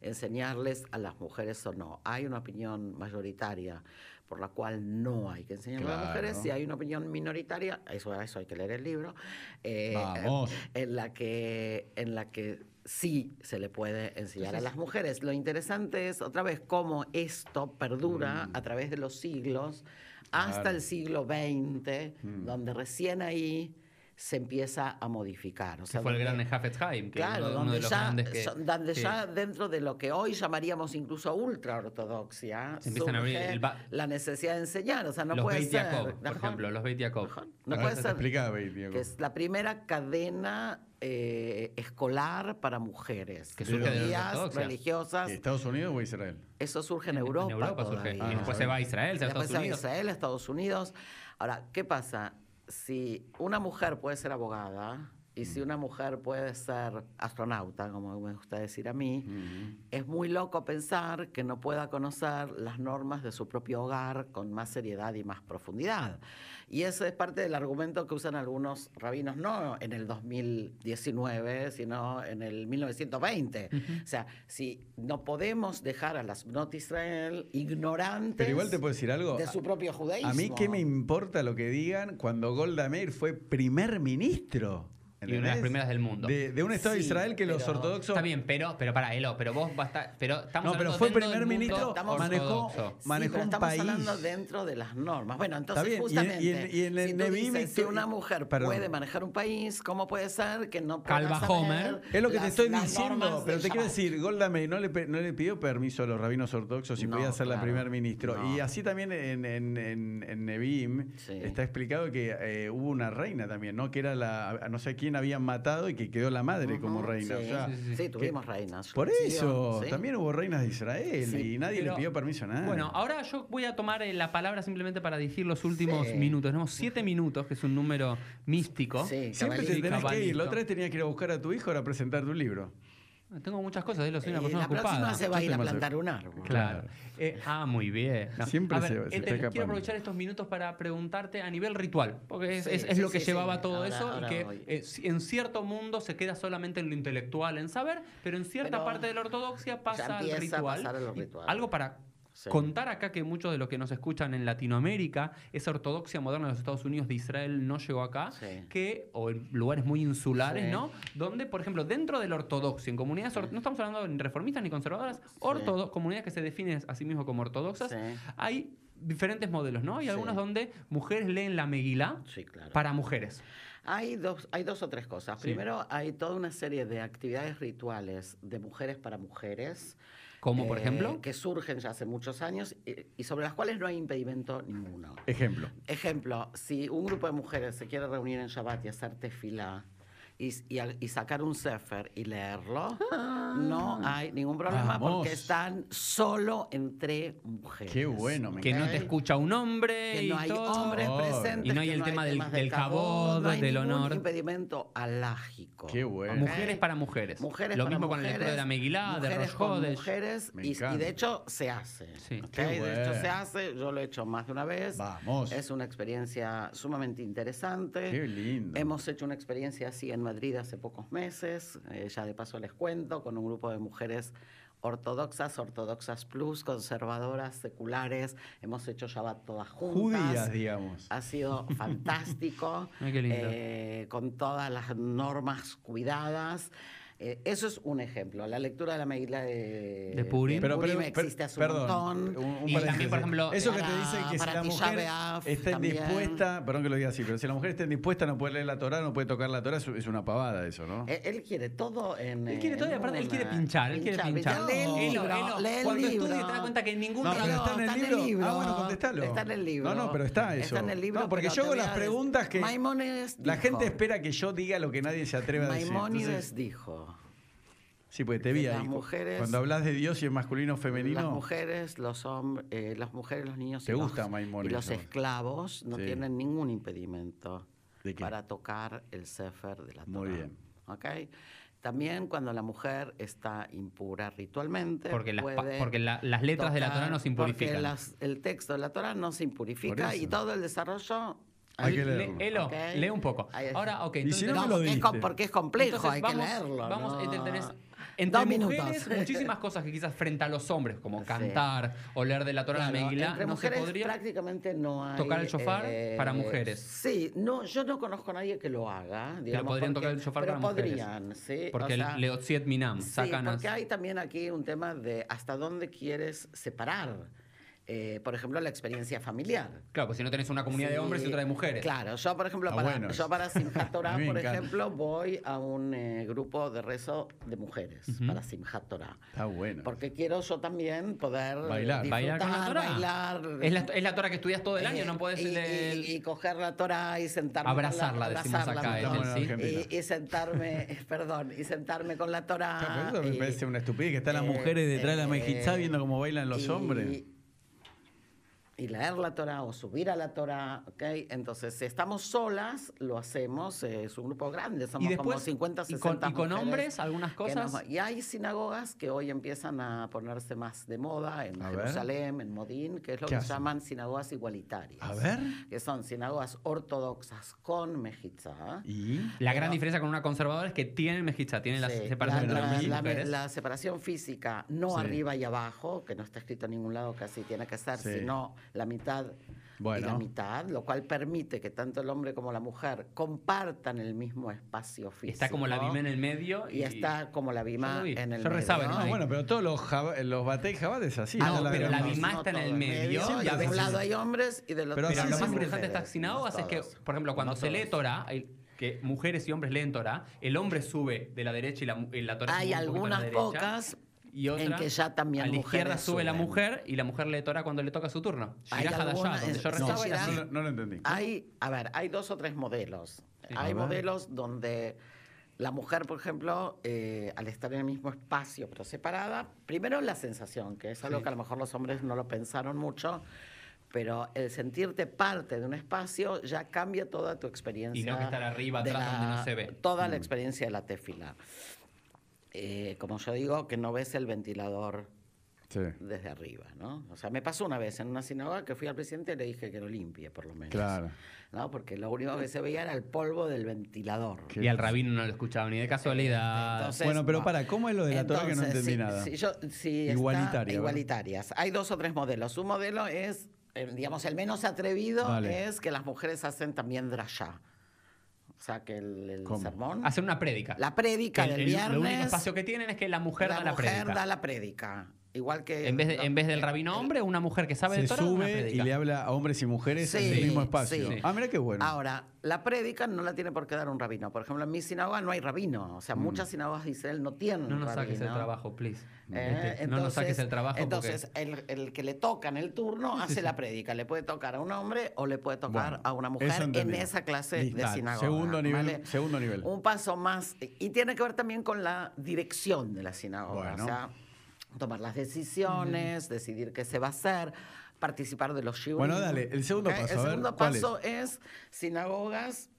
Speaker 4: enseñarles a las mujeres o no. Hay una opinión mayoritaria por la cual no hay que enseñar a las
Speaker 3: Claro.
Speaker 4: mujeres y hay una opinión minoritaria, eso, eso hay que leer el libro, eh,
Speaker 3: Vamos.
Speaker 4: en la que en la que sí se le puede enseñar a las mujeres. Lo interesante es otra vez cómo esto perdura
Speaker 1: Mm.
Speaker 4: a través de los siglos hasta
Speaker 3: Claro.
Speaker 1: Mm.
Speaker 4: el siglo XX, donde recién ahí se empieza a modificar. O
Speaker 1: que fue el gran
Speaker 4: donde-
Speaker 1: Hafetzheim, que
Speaker 4: Claro,
Speaker 1: es uno
Speaker 4: donde,
Speaker 1: de los
Speaker 4: ya,
Speaker 1: grandes que,
Speaker 4: son- donde
Speaker 1: que-
Speaker 4: ya dentro de lo que hoy llamaríamos incluso ultraortodoxia,
Speaker 1: Se empiezan a abrir
Speaker 4: surge
Speaker 1: el ba-
Speaker 4: la necesidad de enseñar. O sea, no
Speaker 1: los
Speaker 4: puede
Speaker 1: Beit
Speaker 4: ser.
Speaker 1: Yaakov, por
Speaker 4: Ajá.
Speaker 1: ejemplo, los Beit Yaakov.
Speaker 4: Ajá. No
Speaker 3: A ver,
Speaker 4: puede ser
Speaker 3: Explica, Bey, Diego.
Speaker 4: que es la primera cadena eh, escolar para mujeres.
Speaker 1: Que surge de la
Speaker 4: Guías
Speaker 1: ortodoxia.
Speaker 4: religiosas.
Speaker 3: ¿Estados Unidos o Israel?
Speaker 4: Eso surge en
Speaker 1: En- en
Speaker 4: Europa.
Speaker 1: surge.
Speaker 4: todavía.
Speaker 1: Y después se va a Israel, se va a
Speaker 4: Después
Speaker 1: Estados
Speaker 4: se va a
Speaker 1: Unidos.
Speaker 4: Israel, a Estados Unidos. Ahora, ¿qué pasa? Si una mujer puede ser abogada y
Speaker 1: Mm.
Speaker 4: si una mujer puede ser astronauta, como me gusta decir a mí, es muy loco pensar que no pueda conocer las normas de su propio hogar con más seriedad y más profundidad. Y ese es parte del argumento que usan algunos rabinos, no en el 2019, sino en el 1920. O sea, si no podemos dejar a las not Israel ignorantes
Speaker 3: Pero igual te puedo decir algo.
Speaker 4: de su propio judaísmo.
Speaker 3: A mí qué me importa lo que digan cuando Golda Meir fue primer ministro.
Speaker 1: Y una de las
Speaker 3: ¿entendés?
Speaker 1: primeras del mundo.
Speaker 3: De, de un Estado de
Speaker 4: Sí,
Speaker 3: Israel que los
Speaker 4: pero-
Speaker 3: ortodoxos...
Speaker 1: Está bien, pero, pero para, Elo, pero vos basta, pero estamos
Speaker 3: No, pero
Speaker 1: hablando
Speaker 3: fue
Speaker 1: dentro del
Speaker 3: primer
Speaker 1: mundo
Speaker 3: ministro,
Speaker 4: estamos-
Speaker 3: manejó-
Speaker 1: ortodoxo.
Speaker 4: Sí,
Speaker 3: manejó
Speaker 4: pero
Speaker 3: un
Speaker 4: estamos
Speaker 3: país.
Speaker 4: hablando dentro de las normas. Bueno, entonces
Speaker 3: bien, y en-
Speaker 4: justamente,
Speaker 3: y en- y en el
Speaker 4: si, tú
Speaker 3: Nevi'im
Speaker 4: dices,
Speaker 3: y
Speaker 4: si
Speaker 3: tú-
Speaker 4: una mujer
Speaker 3: Perdón.
Speaker 4: puede manejar un país, ¿cómo puede ser que no pueda
Speaker 1: Calva
Speaker 4: saber
Speaker 1: Homer.
Speaker 3: Es lo que
Speaker 4: las-
Speaker 3: te estoy
Speaker 4: las
Speaker 3: diciendo,
Speaker 4: normas
Speaker 3: pero
Speaker 4: de
Speaker 3: te quiero
Speaker 4: Shabbat?
Speaker 3: decir, Golda Meir no le, pe- no le pidió permiso a los rabinos ortodoxos si
Speaker 4: No,
Speaker 3: podía ser la
Speaker 4: claro.
Speaker 3: primer ministro.
Speaker 4: No.
Speaker 3: Y así también en, en, en- en Nevi'im
Speaker 4: Sí.
Speaker 3: está explicado que eh, hubo una reina también, ¿no? Que era la, a no sé quién habían matado y que quedó la madre como
Speaker 4: Ujú,
Speaker 3: reina.
Speaker 4: sí.
Speaker 3: o sea,
Speaker 1: Sí, sí,
Speaker 4: Sí, tuvimos reinas.
Speaker 3: Por
Speaker 4: Sí,
Speaker 3: eso,
Speaker 4: sí.
Speaker 3: también hubo reinas de Israel
Speaker 4: Sí,
Speaker 3: y nadie
Speaker 1: pero-
Speaker 3: le pidió permiso a nadie.
Speaker 1: Bueno, ahora yo voy a tomar eh, la palabra simplemente para decir los últimos
Speaker 4: Sí.
Speaker 1: minutos. Tenemos siete minutos, que es un número místico.
Speaker 4: Sí,
Speaker 3: Siempre te tenés
Speaker 4: cabalística.
Speaker 3: que ir.
Speaker 1: cabalito.
Speaker 3: La otra vez tenías que ir a buscar a tu hijo para presentar tu libro.
Speaker 1: Tengo muchas cosas, Elo, soy una
Speaker 4: Eh,
Speaker 1: persona
Speaker 4: la próxima
Speaker 1: ocupada.
Speaker 4: se va a
Speaker 3: Yo
Speaker 4: ir a
Speaker 3: estoy más
Speaker 4: plantar un árbol.
Speaker 1: Claro. Eh, ah, muy bien. No.
Speaker 3: Siempre
Speaker 1: A ver,
Speaker 3: se- se
Speaker 1: Elo,
Speaker 3: está
Speaker 1: quiero
Speaker 3: escapando.
Speaker 1: aprovechar estos minutos para preguntarte a nivel ritual, porque es,
Speaker 4: Sí,
Speaker 1: es- es
Speaker 4: sí,
Speaker 1: lo que
Speaker 4: sí,
Speaker 1: llevaba
Speaker 4: sí.
Speaker 1: todo
Speaker 4: Ahora-
Speaker 1: eso
Speaker 4: ahora
Speaker 1: y que
Speaker 4: voy.
Speaker 1: eh, si- en cierto mundo se queda solamente en lo intelectual, en saber, pero en cierta
Speaker 4: Pero
Speaker 1: parte de la ortodoxia pasa al
Speaker 4: empieza a
Speaker 1: ritual.
Speaker 4: pasar a los
Speaker 1: Y
Speaker 4: rituales.
Speaker 1: Algo para
Speaker 4: Sí.
Speaker 1: Contar acá que muchos de los que nos escuchan en Latinoamérica, esa ortodoxia moderna de los Estados Unidos de Israel no llegó acá,
Speaker 4: Sí.
Speaker 1: que, o en lugares muy insulares,
Speaker 4: Sí.
Speaker 1: ¿no? Donde, por ejemplo, dentro de la ortodoxia, en comunidades, or- no estamos hablando ni reformistas ni conservadoras, ortodo- comunidades que se definen a sí mismos como ortodoxas,
Speaker 4: Sí.
Speaker 1: hay diferentes modelos, ¿no? Hay
Speaker 4: Sí.
Speaker 1: algunos donde mujeres leen la Megilá
Speaker 4: Sí, claro.
Speaker 1: para mujeres.
Speaker 4: Hay dos, hay dos o tres cosas. Primero, hay toda una serie de actividades rituales de mujeres para mujeres.
Speaker 1: Como, por
Speaker 4: eh,
Speaker 1: ejemplo,
Speaker 4: Que surgen ya hace muchos años y, y sobre las cuales no hay impedimento ninguno.
Speaker 3: Ejemplo.
Speaker 4: Ejemplo, si un grupo de mujeres se quiere reunir en Shabbat y hacer tefilá y, y al- y sacar un sefer y leerlo, no hay ningún problema
Speaker 3: Vamos.
Speaker 4: porque están solo entre mujeres.
Speaker 3: Qué bueno, me
Speaker 1: que no te
Speaker 4: ok.
Speaker 1: escucha un hombre
Speaker 4: Que
Speaker 1: y
Speaker 4: no hay
Speaker 1: todo.
Speaker 4: hombres
Speaker 3: Oh.
Speaker 4: presentes.
Speaker 1: Y no hay
Speaker 4: que
Speaker 1: el tema del-
Speaker 4: temas
Speaker 1: del cabod,
Speaker 4: no hay
Speaker 1: del
Speaker 4: ningún
Speaker 1: honor.
Speaker 4: impedimento alágico.
Speaker 3: Qué bueno.
Speaker 1: Mujeres para mujeres.
Speaker 4: Mujeres
Speaker 1: Lo
Speaker 4: para
Speaker 1: mismo con la lectura de la
Speaker 4: mujeres,
Speaker 1: Meguilá, de
Speaker 4: mujeres
Speaker 1: Rosh
Speaker 4: con
Speaker 1: Hodesh.
Speaker 4: mujeres,
Speaker 3: Me
Speaker 4: y, y
Speaker 3: encanta.
Speaker 4: de hecho se hace.
Speaker 1: Sí.
Speaker 4: ¿ok?
Speaker 3: Qué
Speaker 4: De hecho
Speaker 3: bueno.
Speaker 4: se hace, yo lo he hecho más de una vez.
Speaker 3: Vamos.
Speaker 4: Es una experiencia sumamente interesante.
Speaker 3: Qué lindo.
Speaker 4: eh, Hemos hecho una experiencia así en Madrid hace pocos meses, eh, ya de paso les cuento, con un grupo de mujeres ortodoxas, ortodoxas plus, conservadoras, seculares. Hemos hecho Shabbat todas juntas.
Speaker 3: Judías, digamos.
Speaker 4: Ha sido fantástico,
Speaker 1: Ay, qué lindo.
Speaker 4: eh, con todas las normas cuidadas. Eh, eso es un ejemplo. La lectura de la Megilá de,
Speaker 1: De Purim.
Speaker 3: per-
Speaker 4: existe hace
Speaker 3: perdón,
Speaker 4: un montón.
Speaker 3: un- un
Speaker 1: Y
Speaker 3: paréntesis.
Speaker 1: también, por ejemplo,
Speaker 3: eso que
Speaker 4: para-
Speaker 3: te dicen que si
Speaker 4: para
Speaker 3: la
Speaker 4: Tisha
Speaker 3: mujer
Speaker 4: B'Av
Speaker 3: está
Speaker 4: también.
Speaker 3: indispuesta, perdón que lo diga así, pero si la mujer está indispuesta, no puede leer la Torah, no puede tocar la Torah, es, es una pavada eso, ¿no?
Speaker 4: Él, Eh, él quiere todo en.
Speaker 1: Él quiere
Speaker 4: eh,
Speaker 1: todo y
Speaker 4: en
Speaker 1: aparte él quiere
Speaker 4: una-
Speaker 1: pinchar, él quiere pinchar.
Speaker 4: Lee el
Speaker 1: Elo,
Speaker 4: libro,
Speaker 1: Elo,
Speaker 4: lee el
Speaker 1: cuando
Speaker 4: libro.
Speaker 1: estudias te das cuenta que ningún
Speaker 3: No, pero
Speaker 1: rabino-
Speaker 3: está en el libro. Ah, bueno, contestalo.
Speaker 4: Está en el libro.
Speaker 3: No, no, pero está eso.
Speaker 4: en el libro.
Speaker 3: No, porque yo
Speaker 4: pero te
Speaker 3: hago
Speaker 4: voy
Speaker 3: las
Speaker 4: a-
Speaker 3: preguntas que-
Speaker 4: Maimónides
Speaker 3: La
Speaker 4: dijo.
Speaker 3: gente espera que yo diga lo que nadie se atreve a decir.
Speaker 4: Maimónides
Speaker 3: Entonces-
Speaker 4: dijo.
Speaker 3: sí, porque te vi
Speaker 4: que
Speaker 3: ahí.
Speaker 4: las mujeres-
Speaker 3: cuando hablas de Dios y es masculino o femenino.
Speaker 4: Las mujeres, los hombres, las mujeres, los niños
Speaker 3: ¿Te
Speaker 4: y,
Speaker 3: gusta
Speaker 4: los,
Speaker 3: Maimónides
Speaker 4: y los
Speaker 3: a vos?
Speaker 4: esclavos no
Speaker 3: Sí.
Speaker 4: tienen ningún impedimento
Speaker 3: ¿De qué?
Speaker 4: para tocar el sefer de la Torah.
Speaker 3: Muy bien.
Speaker 4: ¿Ok? También cuando la mujer está impura ritualmente.
Speaker 1: Porque las pa-
Speaker 4: puede
Speaker 1: porque la- las letras de la Torá no se
Speaker 4: porque
Speaker 1: impurifican.
Speaker 4: las- el texto de la Torah no se impurifica
Speaker 3: Por eso.
Speaker 4: y todo el desarrollo.
Speaker 3: Hay que
Speaker 1: Le-
Speaker 3: leerlo.
Speaker 1: Elo,
Speaker 4: Ok.
Speaker 1: lee un poco.
Speaker 4: Ahí está.
Speaker 1: Ahora, ok.
Speaker 3: Y
Speaker 1: entonces
Speaker 3: si no me
Speaker 4: eh, No,
Speaker 1: tenemos-
Speaker 3: lo
Speaker 4: porque, es, com-
Speaker 3: diste.
Speaker 4: porque es complejo,
Speaker 1: Entonces,
Speaker 4: hay
Speaker 1: vamos-
Speaker 4: que leerlo.
Speaker 1: Vamos,
Speaker 4: ¿no?
Speaker 1: entre, tenés-
Speaker 4: Dos
Speaker 1: entre
Speaker 4: minutos.
Speaker 1: mujeres, muchísimas cosas que quizás frente a los hombres, como
Speaker 4: Sí.
Speaker 1: cantar o leer de la Torah
Speaker 4: Claro,
Speaker 1: la Megilá,
Speaker 4: entre
Speaker 1: no se
Speaker 4: mujeres
Speaker 1: podría.
Speaker 4: prácticamente no hay. eh,
Speaker 1: tocar el shofar para mujeres.
Speaker 4: Sí, no, yo no conozco a nadie que lo haga. digamos,
Speaker 1: podrían
Speaker 4: porque-
Speaker 1: tocar el shofar
Speaker 4: pero
Speaker 1: para mujeres.
Speaker 4: podrían, sí. o
Speaker 1: Porque
Speaker 4: sea,
Speaker 1: Leotziet Minam,
Speaker 4: sí,
Speaker 1: sacan a-
Speaker 4: porque hay también aquí un tema de hasta dónde quieres separar. eh, por ejemplo, la experiencia familiar.
Speaker 1: Claro, pues si no tenés una comunidad de
Speaker 4: Sí.
Speaker 1: hombres y otra de mujeres.
Speaker 4: Claro, yo por ejemplo,
Speaker 3: Ah,
Speaker 4: para,
Speaker 3: bueno.
Speaker 4: yo para Simchat Torah,
Speaker 3: A mí me
Speaker 4: por
Speaker 3: encanta.
Speaker 4: ejemplo, voy a un eh, grupo de rezo de mujeres para Simchat Torah.
Speaker 3: Está bueno.
Speaker 4: Porque quiero yo también poder
Speaker 3: Bailar.
Speaker 1: Bailar con la
Speaker 4: disfrutar,
Speaker 1: Torah.
Speaker 4: bailar.
Speaker 1: Es la, es la Torah que estudias todo el año,
Speaker 4: eh,
Speaker 1: no puedes
Speaker 4: y, y- y coger la Torah y sentarme. con la-
Speaker 1: abrazarla, decimos
Speaker 4: abrazarla,
Speaker 1: acá
Speaker 4: perdón.
Speaker 1: en
Speaker 3: Estamos en
Speaker 1: el sí.
Speaker 3: Argentina.
Speaker 4: y, y sentarme, perdón, y sentarme con la
Speaker 3: Ah,
Speaker 4: Torah.
Speaker 3: pero eso me
Speaker 4: y-
Speaker 3: parece una estupidez que están las
Speaker 4: eh,
Speaker 3: mujeres detrás de la
Speaker 4: eh,
Speaker 3: mezquita viendo cómo bailan los
Speaker 4: y-
Speaker 3: hombres.
Speaker 4: Y leer la Torah o subir a la Torah, ¿ok? Entonces, si estamos solas, lo hacemos, eh, es un grupo grande, somos como 50,
Speaker 1: y con,
Speaker 4: 60
Speaker 1: y con
Speaker 4: mujeres
Speaker 1: hombres, algunas
Speaker 4: que nos-
Speaker 1: cosas.
Speaker 4: y hay sinagogas que hoy empiezan a ponerse más de moda, en
Speaker 3: A ver.
Speaker 4: Jerusalén, en Modín, que es lo
Speaker 3: ¿Qué
Speaker 4: que
Speaker 3: hacen?
Speaker 4: llaman sinagogas igualitarias.
Speaker 3: A ver.
Speaker 4: Que son sinagogas ortodoxas con mejizá.
Speaker 3: Y.
Speaker 1: la gran diferencia con una conservadora es que tienen mezquicha, tienen la
Speaker 4: Sí,
Speaker 1: separación
Speaker 4: la-
Speaker 1: entre hombres y
Speaker 4: la-
Speaker 1: mujeres.
Speaker 4: la separación física, no arriba y abajo, que no está escrito en ningún lado casi tiene que ser,
Speaker 3: Sí.
Speaker 4: sino la mitad y la
Speaker 3: Bueno.
Speaker 4: mitad, lo cual permite que tanto el hombre como la mujer compartan el mismo espacio físico.
Speaker 1: está como la bima en el medio.
Speaker 4: y está como la
Speaker 1: Yo
Speaker 4: bima
Speaker 1: lo vi,
Speaker 4: en el
Speaker 1: yo rezaba en
Speaker 4: medio.
Speaker 1: una
Speaker 3: Ah,
Speaker 1: Ahí.
Speaker 3: bueno, pero todos los, jab- los bate y jabates así.
Speaker 1: Ah,
Speaker 3: ¿no?
Speaker 1: no, pero la
Speaker 3: vemos.
Speaker 1: bimá
Speaker 4: No
Speaker 1: está en
Speaker 4: todo
Speaker 1: el medio, y a
Speaker 4: de
Speaker 1: veces-
Speaker 4: un lado hay hombres y del otro
Speaker 3: Pero
Speaker 1: Pero
Speaker 3: Sí,
Speaker 1: lo
Speaker 3: sí,
Speaker 1: más
Speaker 3: sí,
Speaker 1: interesante de estas
Speaker 4: mujeres, no
Speaker 1: sinagogas es que,
Speaker 4: todos.
Speaker 1: por ejemplo, cuando
Speaker 4: No
Speaker 1: se lee
Speaker 4: todos.
Speaker 1: Torah, hay- que mujeres y hombres leen Torah, el hombre sube de la derecha y la, mu- y la Torah
Speaker 4: Hay
Speaker 1: sube un poquito a la
Speaker 4: algunas
Speaker 1: derecha,
Speaker 4: pocas
Speaker 1: y otra,
Speaker 4: en que ya también
Speaker 1: a la izquierda
Speaker 4: mujeres
Speaker 1: sube la
Speaker 4: suben.
Speaker 1: mujer y la mujer lee Torah cuando le toca su turno.
Speaker 4: Hay
Speaker 1: Shirah Hadashah,
Speaker 4: algunas-
Speaker 1: donde yo
Speaker 4: no,
Speaker 1: rezaba, era
Speaker 4: Shirah-
Speaker 1: así.
Speaker 3: No, no lo entendí.
Speaker 4: Hay, a ver, hay dos o tres modelos.
Speaker 3: A
Speaker 4: Hay
Speaker 3: ver.
Speaker 4: modelos donde la mujer, por ejemplo, eh, al estar en el mismo espacio pero separada, primero la sensación, que es algo que a lo mejor los hombres no lo pensaron mucho, pero el sentirte parte de un espacio ya cambia toda tu experiencia.
Speaker 1: Y no que estar arriba,
Speaker 4: de
Speaker 1: atrás,
Speaker 4: la-
Speaker 1: donde no se ve. Mm.
Speaker 4: Toda la experiencia de la tefila. Eh, como yo digo, que no ves el ventilador
Speaker 3: Sí.
Speaker 4: desde arriba, ¿no? O sea, me pasó una vez en una sinagoga que fui al presidente y le dije que lo limpie, por lo menos.
Speaker 3: Claro.
Speaker 4: ¿No? Porque lo único que se veía era el polvo del ventilador.
Speaker 3: Qué
Speaker 1: Y al rabino no lo escuchaba ni de casualidad.
Speaker 4: Entonces,
Speaker 3: bueno, pero
Speaker 4: va.
Speaker 3: para, ¿cómo es lo de la Torah que no
Speaker 4: Entonces,
Speaker 3: entendí
Speaker 4: sí,
Speaker 3: nada?
Speaker 4: sí, yo- sí, está
Speaker 3: Igualitaria, ¿verdad?
Speaker 4: igualitarias. Hay dos o tres modelos. Un modelo es, eh, digamos, el menos atrevido
Speaker 3: Vale.
Speaker 4: es que las mujeres hacen también drashá. O sea, que el, el
Speaker 3: ¿Cómo?
Speaker 4: sermón...
Speaker 1: Hacer una prédica.
Speaker 4: La prédica
Speaker 1: Que el-
Speaker 4: del
Speaker 1: el-
Speaker 4: viernes...
Speaker 1: Lo único espacio que tienen es que la mujer
Speaker 4: la
Speaker 1: da la
Speaker 4: mujer
Speaker 1: prédica.
Speaker 4: da la prédica. Igual que...
Speaker 1: En vez, de-
Speaker 4: lo-
Speaker 1: en vez del rabino hombre, una mujer que sabe de
Speaker 3: Se
Speaker 1: Torah da una
Speaker 3: sube y
Speaker 1: prédica.
Speaker 3: le habla a hombres y mujeres en
Speaker 4: Sí,
Speaker 3: el mismo espacio.
Speaker 4: sí.
Speaker 3: Ah, mira qué bueno.
Speaker 4: Ahora, la prédica no la tiene por qué dar un rabino. Por ejemplo, en mi sinagoga no hay rabino. O sea,
Speaker 3: Mm.
Speaker 4: muchas sinagogas de Israel no tienen
Speaker 1: No nos
Speaker 4: rabino.
Speaker 1: saques el trabajo, please.
Speaker 4: Eh,
Speaker 1: Este, no nos saques el trabajo porque-
Speaker 4: Entonces, el, el que le toca en el turno hace la prédica. Le puede tocar a un hombre o le puede tocar
Speaker 3: Bueno,
Speaker 4: a una
Speaker 3: eso
Speaker 4: mujer en
Speaker 3: entendí.
Speaker 4: esa clase
Speaker 3: Listo.
Speaker 4: de
Speaker 3: Dale,
Speaker 4: sinagoga.
Speaker 3: segundo nivel,
Speaker 4: ¿vale?
Speaker 3: segundo nivel.
Speaker 4: Un paso más. eh, Y tiene que ver también con la dirección de la sinagoga.
Speaker 3: Bueno.
Speaker 4: O sea, tomar las decisiones, decidir qué se va a hacer, participar de los shiurim.
Speaker 3: Bueno, dale, el segundo
Speaker 4: ¿ok?
Speaker 3: paso,
Speaker 4: El
Speaker 3: a ver,
Speaker 4: segundo
Speaker 3: ¿cuál
Speaker 4: paso es sinagogas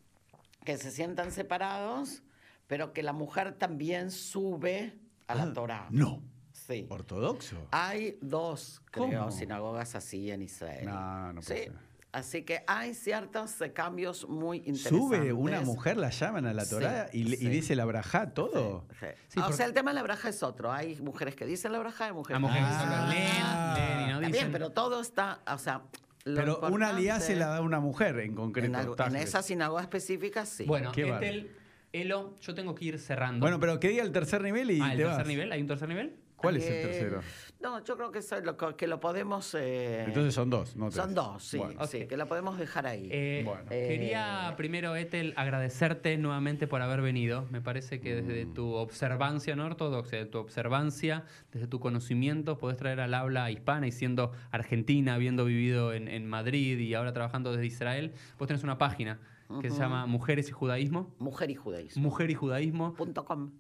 Speaker 4: que se sientan separados, pero que la mujer también sube a la
Speaker 3: Ah,
Speaker 4: Torah.
Speaker 3: No.
Speaker 4: Sí.
Speaker 3: Ortodoxo.
Speaker 4: Hay dos, creo,
Speaker 3: ¿Cómo?
Speaker 4: sinagogas así en Israel.
Speaker 3: No, no
Speaker 4: sí.
Speaker 3: puede ser.
Speaker 4: Así que hay ciertos eh, cambios muy interesantes.
Speaker 3: Sube una mujer, la llaman a la
Speaker 4: Sí,
Speaker 3: Torah y, le- y
Speaker 4: sí.
Speaker 3: dice la brajá, todo.
Speaker 4: Sí.
Speaker 1: Sí,
Speaker 4: Ah, O
Speaker 1: porque-
Speaker 4: sea, el tema de la braja es otro. Hay mujeres que dicen la braja y mujeres
Speaker 1: A mujeres que
Speaker 4: no
Speaker 1: solo
Speaker 4: dicen la
Speaker 1: leen, leen y no
Speaker 4: braja. ah. Está bien,
Speaker 1: dicen.
Speaker 4: pero todo está, o sea, lo
Speaker 3: Pero una
Speaker 4: importante-
Speaker 3: alianza se la da una mujer en concreto.
Speaker 4: en, algo- en
Speaker 3: Tajres.
Speaker 4: esa sinagoga específica, sí.
Speaker 1: Bueno,
Speaker 3: Qué bárbaro.
Speaker 1: Ethel, Elo, yo tengo que ir cerrando.
Speaker 3: Bueno, pero que diga el tercer nivel y
Speaker 1: ah, ¿el
Speaker 3: te
Speaker 1: tercer
Speaker 3: vas.
Speaker 1: nivel? ¿Hay un tercer nivel?
Speaker 3: ¿Cuál es el
Speaker 4: Eh,
Speaker 3: tercero?
Speaker 4: No, yo creo que eso es lo que, que lo podemos... eh,
Speaker 3: Entonces son dos, no tres.
Speaker 4: son dos, sí,
Speaker 3: Bueno.
Speaker 4: sí,
Speaker 1: ok.
Speaker 4: que lo podemos dejar ahí.
Speaker 1: Eh,
Speaker 3: Bueno.
Speaker 1: Quería
Speaker 4: Eh,
Speaker 1: primero, Ethel, agradecerte nuevamente por haber venido. Me parece que desde
Speaker 3: Mm.
Speaker 1: tu observancia no ortodoxa, de tu observancia, desde tu conocimiento, podés traer al habla hispana y siendo argentina, habiendo vivido en, en Madrid y ahora trabajando desde Israel, vos tenés una página que se llama Mujeres y Judaísmo.
Speaker 4: Mujer y judaísmo.
Speaker 1: Mujer y Judaísmo.
Speaker 4: Punto com.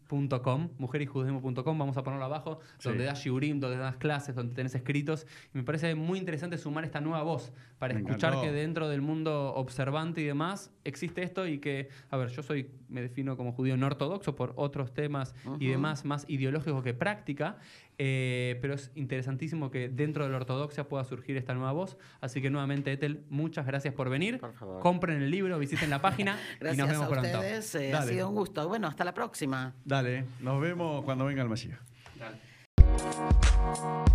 Speaker 1: Com, mujeryjudaismo.com, vamos a ponerlo abajo,
Speaker 3: Sí.
Speaker 1: donde das shiurim, donde das clases, donde tenés escritos. Y me parece muy interesante sumar esta nueva voz para
Speaker 3: Me
Speaker 1: escuchar
Speaker 3: encantó.
Speaker 1: que dentro del mundo observante y demás existe esto y que, a ver, yo soy, me defino como judío no ortodoxo por otros temas y demás más ideológicos que práctica, eh, pero es interesantísimo que dentro de la ortodoxia pueda surgir esta nueva voz. Así que nuevamente, Ethel, muchas gracias por venir.
Speaker 4: Por favor.
Speaker 1: Compren el libro, visiten la página y
Speaker 4: Gracias
Speaker 1: nos vemos
Speaker 4: a
Speaker 1: pronto.
Speaker 4: ustedes. eh, ha
Speaker 3: Dale.
Speaker 4: sido un gusto. Bueno, hasta la próxima.
Speaker 3: Dale, nos vemos cuando venga el Mashiach.
Speaker 1: Dale.